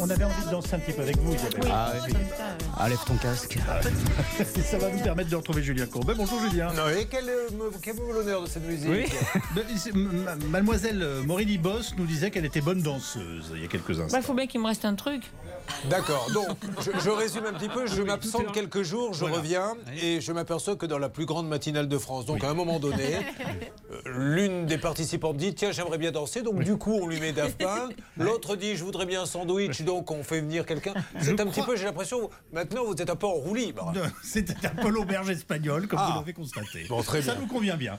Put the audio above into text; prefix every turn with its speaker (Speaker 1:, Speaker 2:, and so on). Speaker 1: on avait envie de danser un petit peu avec vous, Isabelle.
Speaker 2: Ah, oui. Ah, lève ton casque.
Speaker 1: Ça va nous permettre de retrouver Julien Courbet. Bonjour Julien.
Speaker 3: Non, et quel, euh, me- quel est l'honneur de cette musique
Speaker 2: Oui.
Speaker 1: Ben, c'est- m- m- Mademoiselle Morini Boss nous disait qu'elle était bonne danseuse il y a quelques instants.
Speaker 4: Il Bah, faut bien qu'il me reste un truc.
Speaker 3: D'accord, donc je, je résume un petit peu, je m'absente quelques jours, je reviens et je m'aperçois que dans la plus grande matinale de France, donc à un moment donné, euh, l'une des participantes dit tiens j'aimerais bien danser, donc du coup on lui met Daft Punk, l'autre dit je voudrais bien un sandwich, donc on fait venir quelqu'un. C'est un petit peu, j'ai l'impression, maintenant vous êtes un peu Bah, en roue libre.
Speaker 1: C'était un peu l'auberge espagnole, comme
Speaker 3: Ah.
Speaker 1: vous l'avez constaté.
Speaker 3: Bon, très
Speaker 1: Ça
Speaker 3: bien.
Speaker 1: nous convient bien.